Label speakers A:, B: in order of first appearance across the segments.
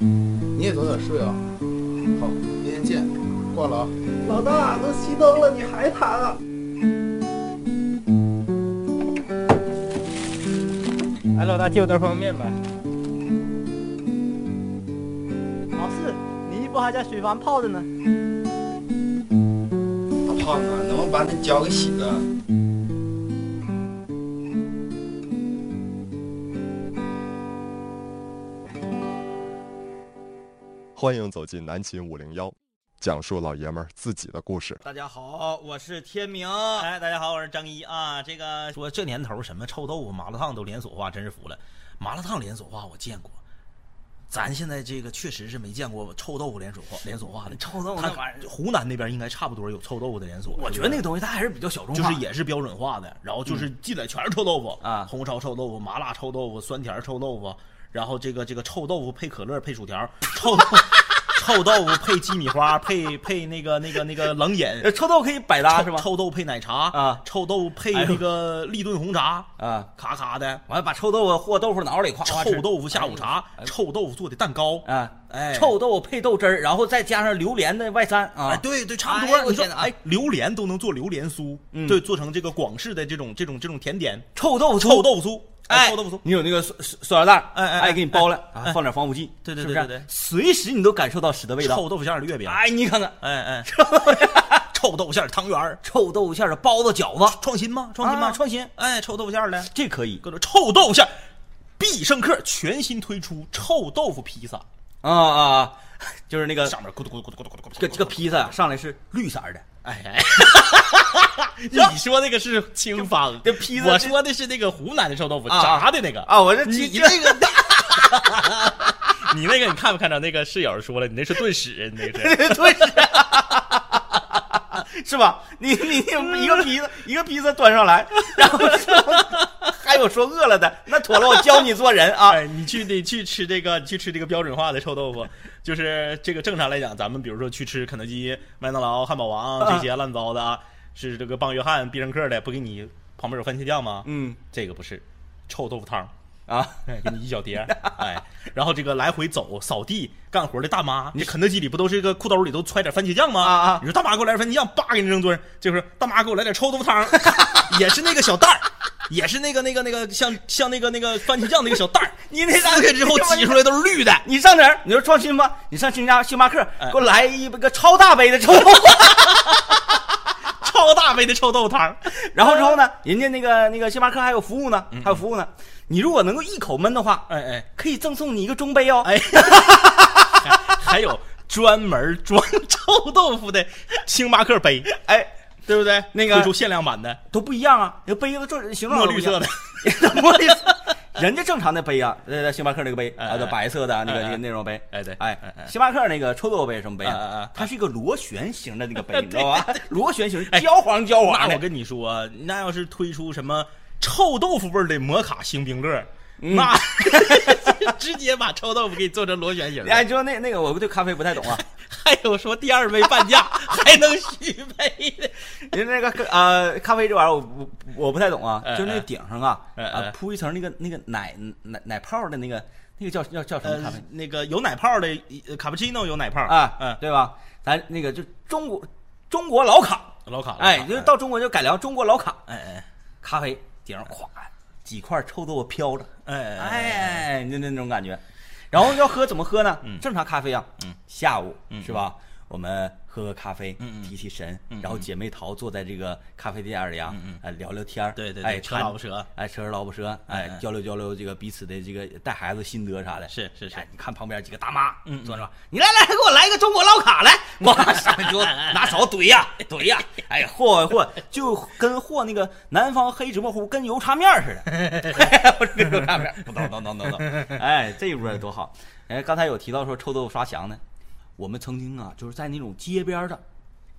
A: 嗯的，是呀。啊好，明天见，挂了啊。
B: 老大都熄灯了，你还谈啊？
C: 哎，老大借我袋方便面呗。
B: 老四，你衣服还在水房泡着呢。
D: 大胖子，能不能把那脚给洗了？
E: 欢迎走进南秦五零幺，讲述老爷们儿自己的故事。
F: 大家好，我是天明。哎，大家好，我是张一啊。这个说这年头什么臭豆腐、麻辣烫都连锁化，真是服了。麻辣烫连锁化我见过，咱现在这个确实是没见过臭豆腐连锁 化连锁化的。
G: 臭豆腐
F: 它
G: 那玩意儿，
F: 湖南那边应该差不多有臭豆腐的连锁。
G: 我觉得那个东西它还是比较小众
F: 就
G: 化
F: 是
G: 的，嗯
F: 也是标准化的，然后就是进来全是臭豆腐
G: 啊
F: 红烧臭豆腐、麻辣臭豆腐、酸甜臭豆腐，然后这个这个臭豆腐配可乐配薯 条，臭豆臭豆腐配鸡米花，配配那个那个那个冷饮，
G: 呃 臭豆腐可以百搭
F: 臭
G: 是吧？
F: 臭豆配奶茶
G: 啊
F: 臭豆配
G: 哎呦
F: 那个立顿红茶，
G: 啊，
F: 咔咔的。
G: 完了把臭豆腐和豆腐脑里夸夸吃
F: 臭豆腐下午茶，臭豆腐做的蛋糕，
G: 啊，
F: 哎
G: 臭豆腐配豆汁儿，然后再加上榴莲的外三啊，
F: 哎，对对，差不
G: 哎
F: 多。
G: 呦
F: 你
G: 我
F: 说
G: 天，哪
F: 哎，榴莲都能做榴莲酥，对，做成这个广式的这种这种这种甜点，
G: 臭豆腐
F: 臭
G: 腐，
F: 豆腐酥，
G: 哎，
F: 臭豆腐酥，
G: 你有那个塑塑塑料袋儿，
F: 哎哎
G: 哎，
F: 哎
G: 给你包了，啊放点防腐剂，
F: 对对
G: 是不
F: 对
G: 是
F: 对对
G: 随时你都感受到屎的味道。
F: 臭豆腐馅儿的月饼，
G: 哎，你看看，
F: 哎哎，
G: 臭豆腐
F: 臭豆腐馅儿的汤圆儿，
G: 臭豆腐馅儿的包子、饺子，
F: 创新吗？创新吗？
G: 啊
F: 创新！哎，臭豆腐馅儿的，
G: 这可以
F: 各种臭豆腐馅儿，必胜客全新推出臭豆腐披萨，
G: 啊啊，啊就是那个
F: 上面咕嘟咕嘟咕嘟咕嘟咕嘟咕嘟，
G: 这个这个披萨上来是绿色儿的，
F: 哎，哎，你说那个是清方，
G: 这披萨
F: 我
G: 是
F: 说的是那个湖南的臭豆腐，
G: 啊
F: 炸的那个。
G: 啊，我这
F: 你
G: 这
F: 那个，你那个，你看没看着那个室友说了，你那是炖屎，你那是。
G: 对是，是吧？你你你一个披萨一个披萨端上来，然后说 还有说饿了的，那妥了，我教你做人啊。
F: 哎，你去你去吃这个，你去吃这个标准化的臭豆腐，就是这个正常来讲，咱们比如说去吃肯德基、麦当劳、汉堡王这些烂糟的啊，是这个棒约翰、必胜客的，不给你旁边有番茄酱吗？
G: 嗯
F: 这个不是，臭豆腐汤。
G: 啊，
F: 哎，给你一小碟儿，哎，然后这个来回走扫地干活的大妈，你肯德基里不都是个裤兜里都揣点番茄酱吗？
G: 啊啊
F: 你说大妈给我来点番茄酱，叭给你扔桌上，就是大妈给我来点臭豆腐汤， 也是那个小袋儿，也是那个那个那个像像那个那个番茄酱那个小 袋儿，
G: 你那啥
F: 撕开之后挤出来都是绿的。
G: 你上哪儿？你说创新吧，你上新家星巴克，
F: 哎
G: 给我来一个超大杯的臭豆腐。
F: 超大杯的臭豆腐汤，
G: 然后之后呢，人家那个那个星巴克还有服务呢，
F: 嗯
G: 还有服务呢。你如果能够一口闷的话，
F: 哎哎，
G: 可以赠送你一个中杯哦。
F: 哎还有专门装 臭豆腐的星巴克杯，
G: 哎，
F: 对不对？
G: 那个
F: 推出限量版的
G: 都不一样啊，那杯子做形状
F: 墨
G: 都不
F: 绿
G: 一样
F: 色的，
G: 茉莉色，人家正常的杯啊，呃，星巴克那个杯
F: 哎
G: 啊，
F: 哎
G: 都白色的啊那个
F: 哎
G: 那个
F: 哎
G: 那种杯，
F: 哎对哎
G: 哎
F: 哎，
G: 星巴克那个臭豆腐杯是什么杯
F: 哎哎哎
G: 啊？它是一个螺旋形的那个杯，你知道吧？ 螺旋形，
F: 哎
G: 焦黄焦黄
F: 那
G: 的
F: 我。跟你说，那要是推出什么臭豆腐味儿的摩卡星冰乐，那嗯 直接把臭豆腐给你做成螺旋形
G: 哎，
F: 的。
G: 你说那那个我对咖啡不太懂 啊，
F: 还有说第二杯半 价还能续杯的，
G: 因为那个呃咖啡这玩意儿我不我不太懂啊
F: 哎，哎
G: 就是那个顶上啊
F: 哎哎
G: 啊铺一层那个那个奶奶奶泡的那个那个叫叫叫什么咖
F: 呃
G: 啡，
F: 那个有奶泡的呃卡布奇诺有奶泡
G: 啊
F: 嗯，，
G: 对吧？咱那个就中国中国老卡，
F: 老卡，老卡
G: 哎，就是到中国就改良中国老卡。
F: 哎哎
G: 咖啡顶上咵几块臭豆腐飘着，
F: 哎哎
G: 哎，那那那种感觉。然后要喝怎么喝呢？正常咖啡啊，下午是吧？我们喝喝咖啡，提提神，然后姐妹淘坐在这个咖啡店里啊，哎聊聊天儿
F: 对对对
G: 哎，
F: 扯
G: 谈
F: 老不扯，
G: 哎，扯扯老不扯，哎
F: 嗯，
G: 交流交流这个彼此的这个带孩子心得啥的，
F: 是是是
G: 哎你看旁边几个大妈，嗯，坐着吧，你来来，给我来一个中国老卡 来，哇，上
F: 嗯
G: 来之后拿勺怼呀怼呀，哎呀，和和就跟和那个南方黑芝麻糊跟油茶面儿似的， 我这个油茶面儿，不懂懂懂懂懂，哎，这一波多好，哎，刚才有提到说臭豆腐刷翔呢，我们曾经啊就是在那种街边儿的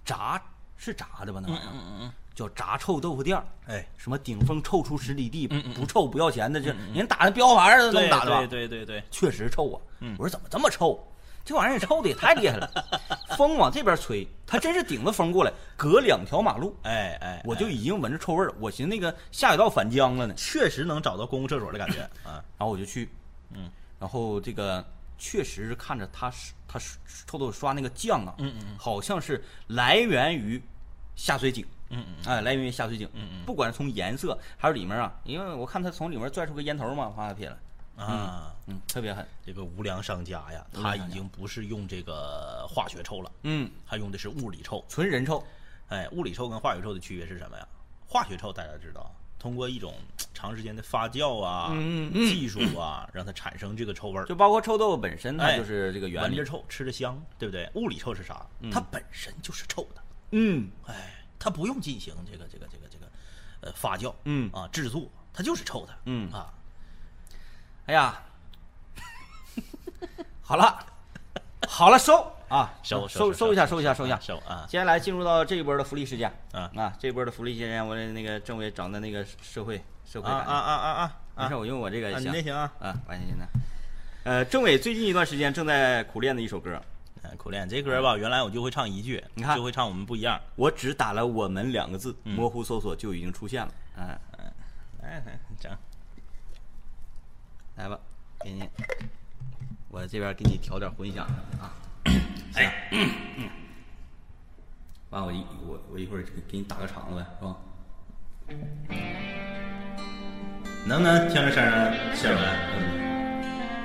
G: 炸是炸的吧那玩意儿，
F: 嗯
G: 叫炸臭豆腐店儿
F: 哎，嗯
G: 什么顶峰臭出十里地，不臭不要钱的，这人打那标牌儿都能
F: 对
G: 打的吧？
F: 对对对对，嗯
G: 确实臭啊！我说怎么这么臭？这玩意儿臭的也太厉害了，风往这边吹，它真是顶着风过来，隔两条马路，
F: 哎哎，
G: 我
F: 哎
G: 就已经闻着臭味儿了。我寻思那个下水道反江了呢，
F: 确实能找到公共厕所的感觉啊，
G: 然后我就去，嗯，然后这个确实是看着他是他是臭豆刷那个酱啊，
F: 嗯嗯
G: 好像是来源于下水井，
F: 嗯嗯
G: 哎，来源于下水井，
F: 嗯嗯
G: 不管是从颜色还是里面啊，因为我看他从里面拽出个烟头嘛，啪撇了，
F: 嗯啊，
G: 嗯，特别狠，
F: 这个无良商家呀，
G: 良
F: 他
G: 商家
F: 已经不是用这个化学臭了，
G: 嗯，
F: 他用的是物理臭。
G: 纯人臭，
F: 哎，物理臭跟化学臭的区别是什么呀？化学臭大家知道，通过一种长时间的发酵啊、
G: 嗯嗯
F: 技术啊，让它产生这个臭味儿，
G: 就包括臭豆腐本身，它
F: 哎
G: 就是这个原
F: 闻
G: 理
F: 着，臭，吃着香，对不对？物理臭是啥？它本身就是臭的，
G: 嗯
F: 哎，它不用进行这个这个这个这个呃发酵，
G: 嗯
F: 啊制作，它就是臭的，
G: 嗯
F: 啊，
G: 哎呀， 好了，好了，收啊，
F: 收
G: 收
F: 收
G: 一下，收一下，收一下。
F: 收啊，
G: 接下来进入到这一波的福利事件
F: 啊
G: 啊，这一波的福利事件，我的那个政委长的那个社会社会
F: 啊
G: 感
F: 啊
G: 觉，
F: 啊啊啊
G: 没
F: 啊
G: 事，我用我这个
F: 啊！
G: 也
F: 你这
G: 行
F: 行啊，
G: 啊，完行现在。呃，政委最近一段时间正在苦练的一首歌，
F: 哎苦练这歌吧，原来我就会唱一句，
G: 你看
F: 就会唱我们不一样，
G: 我只打了“我们”两个字，模糊搜索就已经出现了。哎，
F: 嗯哎，哎整，
G: 来吧，给你，我这边给你调点混响 啊。嗯
F: 哎，
G: 完我一我我一会儿给你打个场子呗，是吧？
F: 能不能听着声儿啊，谢文？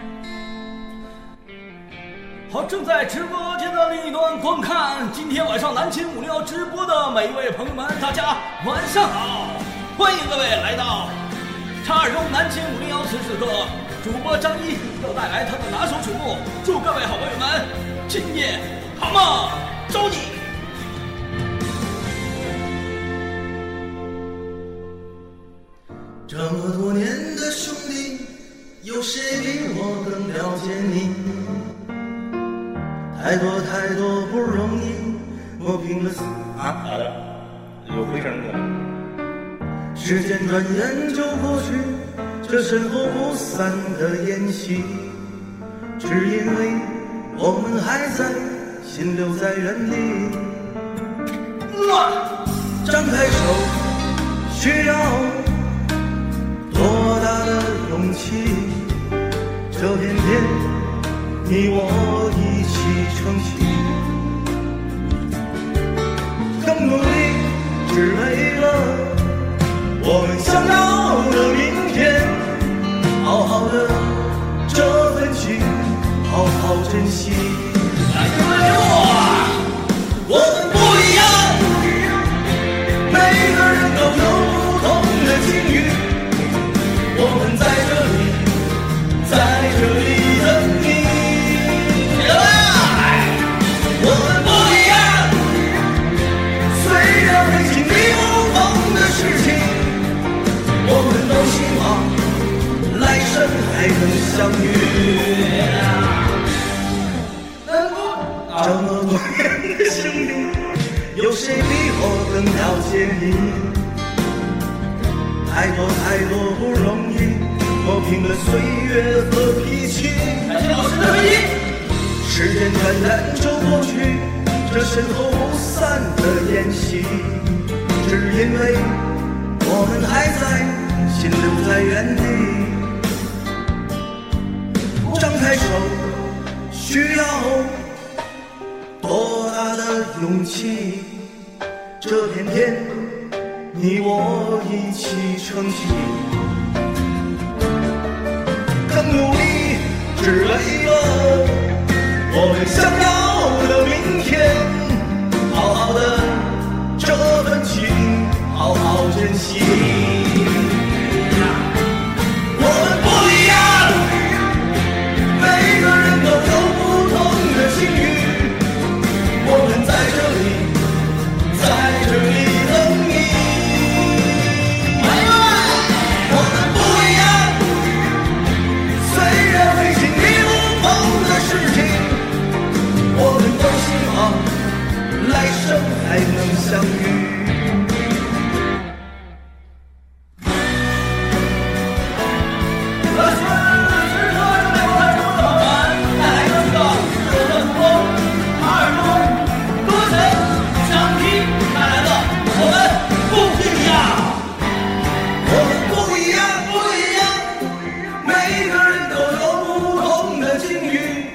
G: 好，正在直播间的另一端观看今天晚上南秦五零幺直播的每一位朋友们，大家晚上好！欢迎各位来到叉二中南秦五零幺此时此刻，主播张一要带来他的拿手曲目，祝各位好朋友们今夜好梦，周你！
D: 这么多年的兄弟，有谁比我更了解你？太多太多不容易，我拼了死啊！好的，有回声了。时间转眼就过去，这身后不散的宴席，只因为我们还在，心留在原地。张开手，需要。多大的勇气！这片天，你我一起撑起，更努力，只为了我们想要的明天。好好的这份情，好好珍惜。来，跟我，我们不一样。每个人都有不同的境遇，我们在这里，在这里等你。我们不一样，虽然会经历无风的事情，我们都希望来生还能相遇。这么多年的兄弟，有谁比我更了解你？太多太多不容易，磨平了岁月和脾气。感谢老师的回忆。时间转眼就过去，这身后不散的宴席，只因为我们还在，心留在原地。张开手，需要多大的勇气？这片天。你我一起撑起，更努力，只为了我们想要的明天。好好的这份情，好好珍惜。我们不一样，每个人都有不同的境遇，我们在这里。在这里等你。我们不一样，虽然会经历无风的事情，我们都希望来生还能相遇。我们时刻正在关注我们带来更多更多的光，二中歌神张一带来的我们不一样，我们不一样，不一样，每个人都有不同的境遇，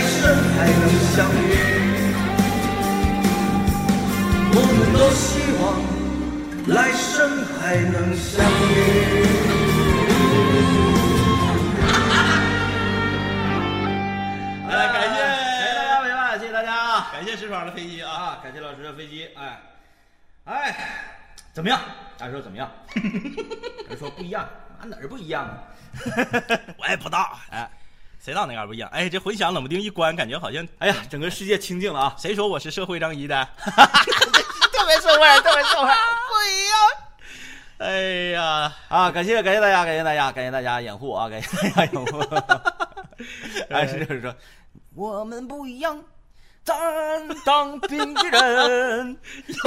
D: 相遇。我们都希望来生还能相遇。
F: 哎，感谢
G: 感谢大家陪伴，谢谢大家啊！
F: 感谢石爽的飞机啊！
G: 啊，感谢老师的飞机，哎，哎，怎么样？大家说 怎么样？人说不一样，啊哪儿不一样啊？
F: 我也不知道，哎，谁知道哪嘎不一样？哎，这回响冷不丁一关，感觉好像，哎呀，整个世界清静了啊！谁说我是社会张一 的？
G: 特别受欢迎，特别受欢迎，
F: 哎呀，
G: 啊！感谢感谢大家，感谢大家，感谢大家掩护啊！感谢大家掩 护。哎，是就是说，我们不一样，咱当兵的 人。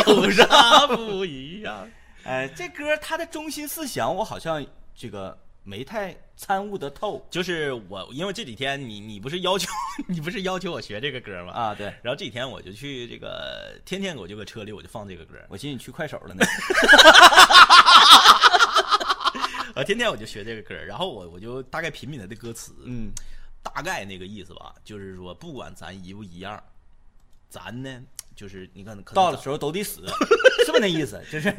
F: 有啥不一样？
G: 哎，这歌它的中心思想，我好像这个没太参悟得透
F: 就是我，因为这几天你你不是要求你不是要求我学这个歌吗？，
G: 啊。对，
F: 然后这几天我就去这个天天我就搁车里我就放这个歌，
G: 我寻思你去快手 了呢。
F: 呃，天天我就学这个歌，然后我我就大概品品它的歌词，
G: 嗯，
F: 大概那个意思吧，就是说不管咱一不一样，咱呢就是你看可能
G: 到了时候都得死， 是不是那意 思？就是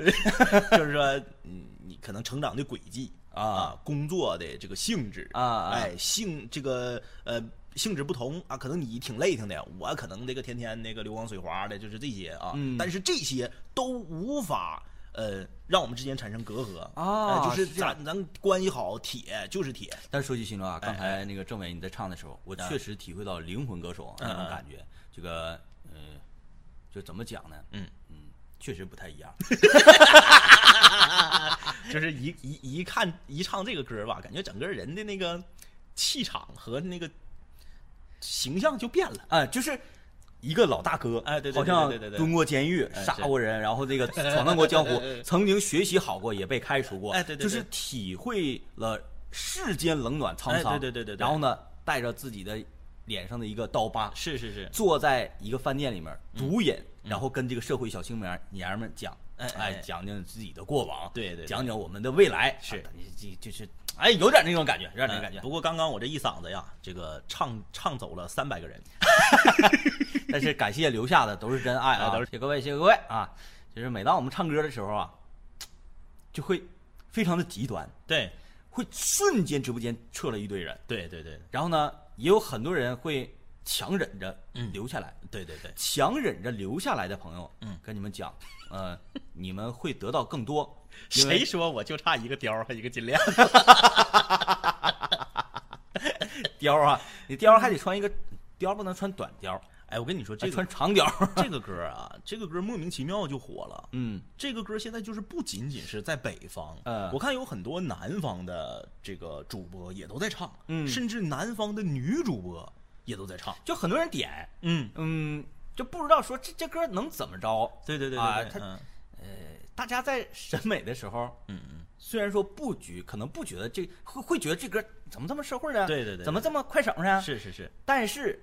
F: 就是 说，嗯，你可能成长的轨迹
G: 啊
F: 工作的这个性质
G: 啊啊
F: 哎，性这个呃性质不同啊，可能你挺累挺的，我可能这个天天那个流光水滑的，就是这些啊，
G: 嗯
F: 但是这些都无法。呃，让我们之间产生隔阂
G: 啊
F: 哎就是
G: 是这样
F: 咱咱关系好，铁就是铁，
G: 但是说句心里话，刚才那个政委你在唱的时候，我确实体会到灵魂歌手那种感觉。这个，呃，就怎么讲呢？
F: 嗯
G: 嗯，确实不太一样。
F: 就是一一一看一唱这个歌吧，感觉整个人的那个气场和那个形象就变了。
G: 啊，就是一个老大哥，
F: 哎对对对
G: 好像
F: 对对对对
G: 蹲过监狱，
F: 哎
G: 杀
F: 是
G: 过人，然 后这个闯荡过江湖，曾经学习好过，也被开除过，
F: 哎对对对
G: 就是体会了世间冷暖沧
F: 哎
G: 桑，
F: 对对对对对
G: 然后呢，带着自己的脸上的一个刀疤，
F: 是嗯是是，
G: 坐在一个饭店里面独饮，然后跟这个社会小青年娘们讲，
F: 哎哎
G: 哎
F: 哎，
G: 讲讲自己的过往，
F: 对对对
G: 讲讲我们的未来，
F: 是
G: 啊这这就是，哎，有点那种感觉，有点那种感觉
F: 嗯不，过刚刚我这一嗓子呀，这个唱唱走了三百个人。
G: 但是感谢留下的都是真爱啊！
F: 哎都
G: 谢
F: 是
G: 谢各位，谢谢各位啊！就是每当我们唱歌的时候啊，就会非常的极端，
F: 对
G: 会瞬间直播间撤了一堆人，
F: 对对对
G: 然后呢，也有很多人会强忍着
F: 嗯
G: 留下来。
F: 对对对，
G: 强忍着留下来的朋友，
F: 嗯
G: 跟你们讲，呃，你们会得到更多。因为
F: 谁说我就差一个貂儿和一个金链子？
G: 貂啊？你貂还得穿一个，貂不能穿短貂，
F: 哎，我跟你说，这
G: 得
F: 个
G: 穿长貂。
F: 这个歌啊，这个歌莫名其妙就火了。
G: 嗯，
F: 这个歌现在就是不仅仅是在北方，
G: 嗯
F: 我看有很多南方的这个主播也都在唱，
G: 嗯
F: 甚至南方的女主播也都在唱，
G: 就很多人点，
F: 嗯，
G: 嗯，就不知道说这这歌能怎么着。
F: 对对对对，
G: 啊
F: 对
G: 他
F: 嗯
G: 大家在审美的时候，
F: 嗯嗯，
G: 虽然说不觉，可能不觉得这会会觉得这歌怎么这么社会呢？
F: 对对对
G: 怎么这么快手呢？，
F: 嗯是是是，
G: 但是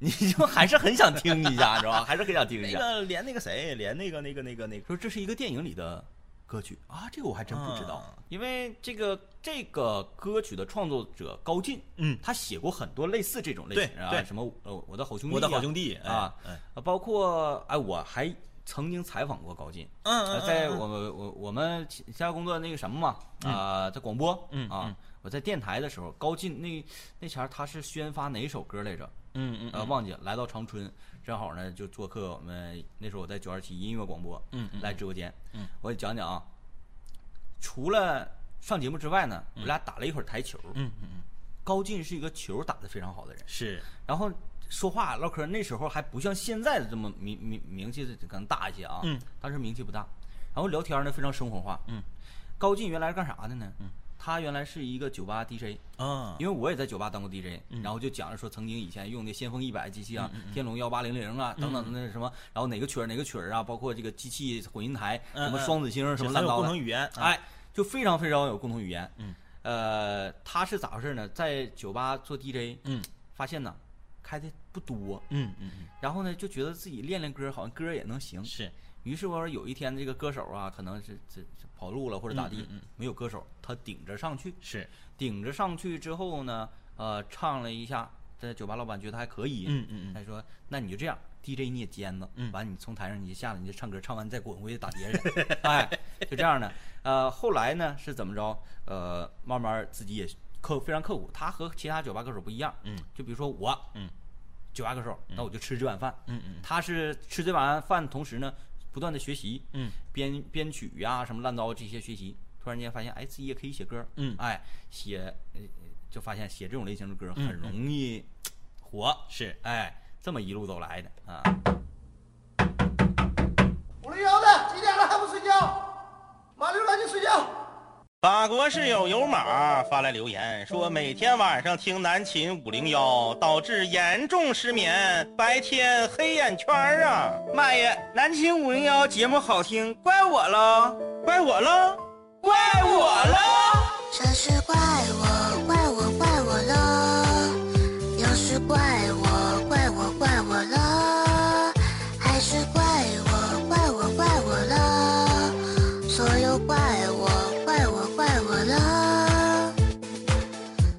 G: 你就还是很想听 一下，你知道吧？还是很想听一
F: 那
G: 下。
F: 个连那个谁，连那个那个那个那个，
G: 说这是一个电影里的歌曲啊，这个我还真不知道，
F: 啊
G: 因为这个这个歌曲的创作者高进，
F: 嗯
G: 他写过很多类似这种类型
F: 对
G: 啊，
F: 对
G: 什么呃我的好兄弟、
F: 我的好兄，弟哎
G: 啊
F: 哎
G: 啊包括哎，我还曾经采访过高进，
F: 嗯
G: 呃，在我们我我们其其他工作那个什么嘛，啊、在广播，
F: 嗯
G: 啊
F: 嗯，
G: 我在电台的时候，高进那那前儿他是宣发哪首歌来着？
F: 嗯嗯
G: 呃，忘记了。来到长春，正好呢就做客我们那时候我在九二七音乐广播，
F: 嗯嗯
G: 来直播间，
F: 嗯，
G: 我给讲讲啊，除了上节目之外呢，我俩打了一会儿台球，
F: 嗯嗯嗯，
G: 高进是一个球打得非常好的人，
F: 是
G: 然后说话唠嗑，那时候还不像现在的这么名名名气可能大一些啊。
F: 嗯，
G: 当时名气不大，然后聊天呢非常生活化。
F: 嗯，
G: 高进原来是干啥的呢？嗯，他原来是一个酒吧 DJ，
F: 啊，嗯
G: 因为我也在酒吧当过 DJ，、然后就讲着说曾经以前用的先锋一百机器啊，天龙幺八零零
F: 嗯
G: 啊等等的那什么，然后哪个曲儿哪个曲儿啊，包括这个机器混音台、
F: 嗯
G: 什么
F: 嗯
G: 双子星什么
F: 很
G: 乱
F: 有
G: 七八糟
F: 共
G: 的
F: 同语言，啊
G: 哎，就非常非常有共同语言。
F: 嗯，
G: 呃，他是咋回事呢？在酒吧做 DJ，
F: 嗯，
G: 发现呢开的不多，
F: 嗯嗯嗯，
G: 然后呢就觉得自己练练歌，好像歌也能行。
F: 是
G: 于是我有一天这个歌手啊，可能是这这跑路了或者咋地，没有歌手，他顶着上去，
F: 嗯是，
G: 顶着上去之后呢，呃，唱了一下，这酒吧老板觉得还可以，
F: 嗯嗯嗯
G: 他说那你就这样，DJ 你也尖子，
F: 嗯
G: 完你从台上你就下来你就唱歌，唱完你再滚回去打别人， 哎，就这样的。呃，后来呢是怎么着？呃，慢慢自己也刻非常刻苦，他和其他酒吧歌手不一样，
F: 嗯
G: 就比如说我，
F: 嗯，
G: 酒吧歌手，那我就吃这碗饭，
F: 嗯嗯
G: 他是吃这碗饭同时呢，不断的学习，
F: 嗯，
G: 编编曲呀、什么乱糟这些学习，突然间发现，哎，自己也可以写歌，
F: 嗯
G: 哎，写，呃呃就发现写这种类型的歌
F: 嗯
G: 很容易火，
F: 是
G: 哎，这么一路走来的啊。
A: 五零幺的几点了还不睡觉？马六赶紧睡觉。
F: 法国室友有马发来留言说，每天晚上听南秦五零幺，导致严重失眠，白天黑眼圈啊！妈呀，南秦五零幺节目好听，怪我喽，怪我喽，怪我喽！
H: 这是怪我，怪我，怪我喽！又是怪我，怪我，怪我喽！还是怪我，怪我，怪我喽！所有怪我，怪我，怪我喽！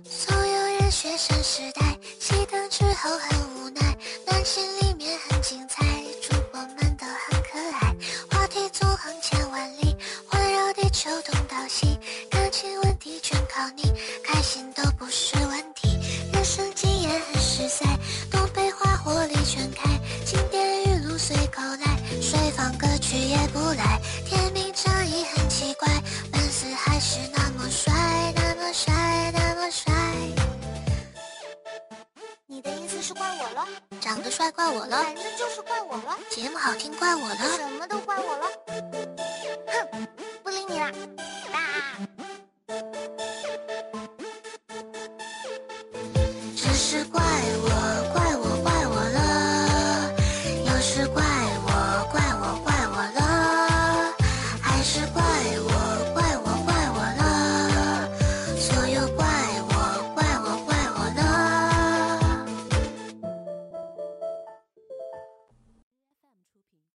H: 所有人学生时代熄灯之后很无奈，暖心里面很精彩，主播们都很可爱，话题纵横千万里，环绕地球东到西，感情问题全靠你，开心都不是问题，人生经验很实在，东北话活力全开，经典语录随口来，水房歌曲也不赖，天命仗义很奇怪，粉丝还是那么帅，那么帅，那么帅。
I: 你的意思是怪我了？
H: 长得帅怪我了，
I: 反正就是怪我了，
H: 节目好听怪我了，
I: 什么都怪我了。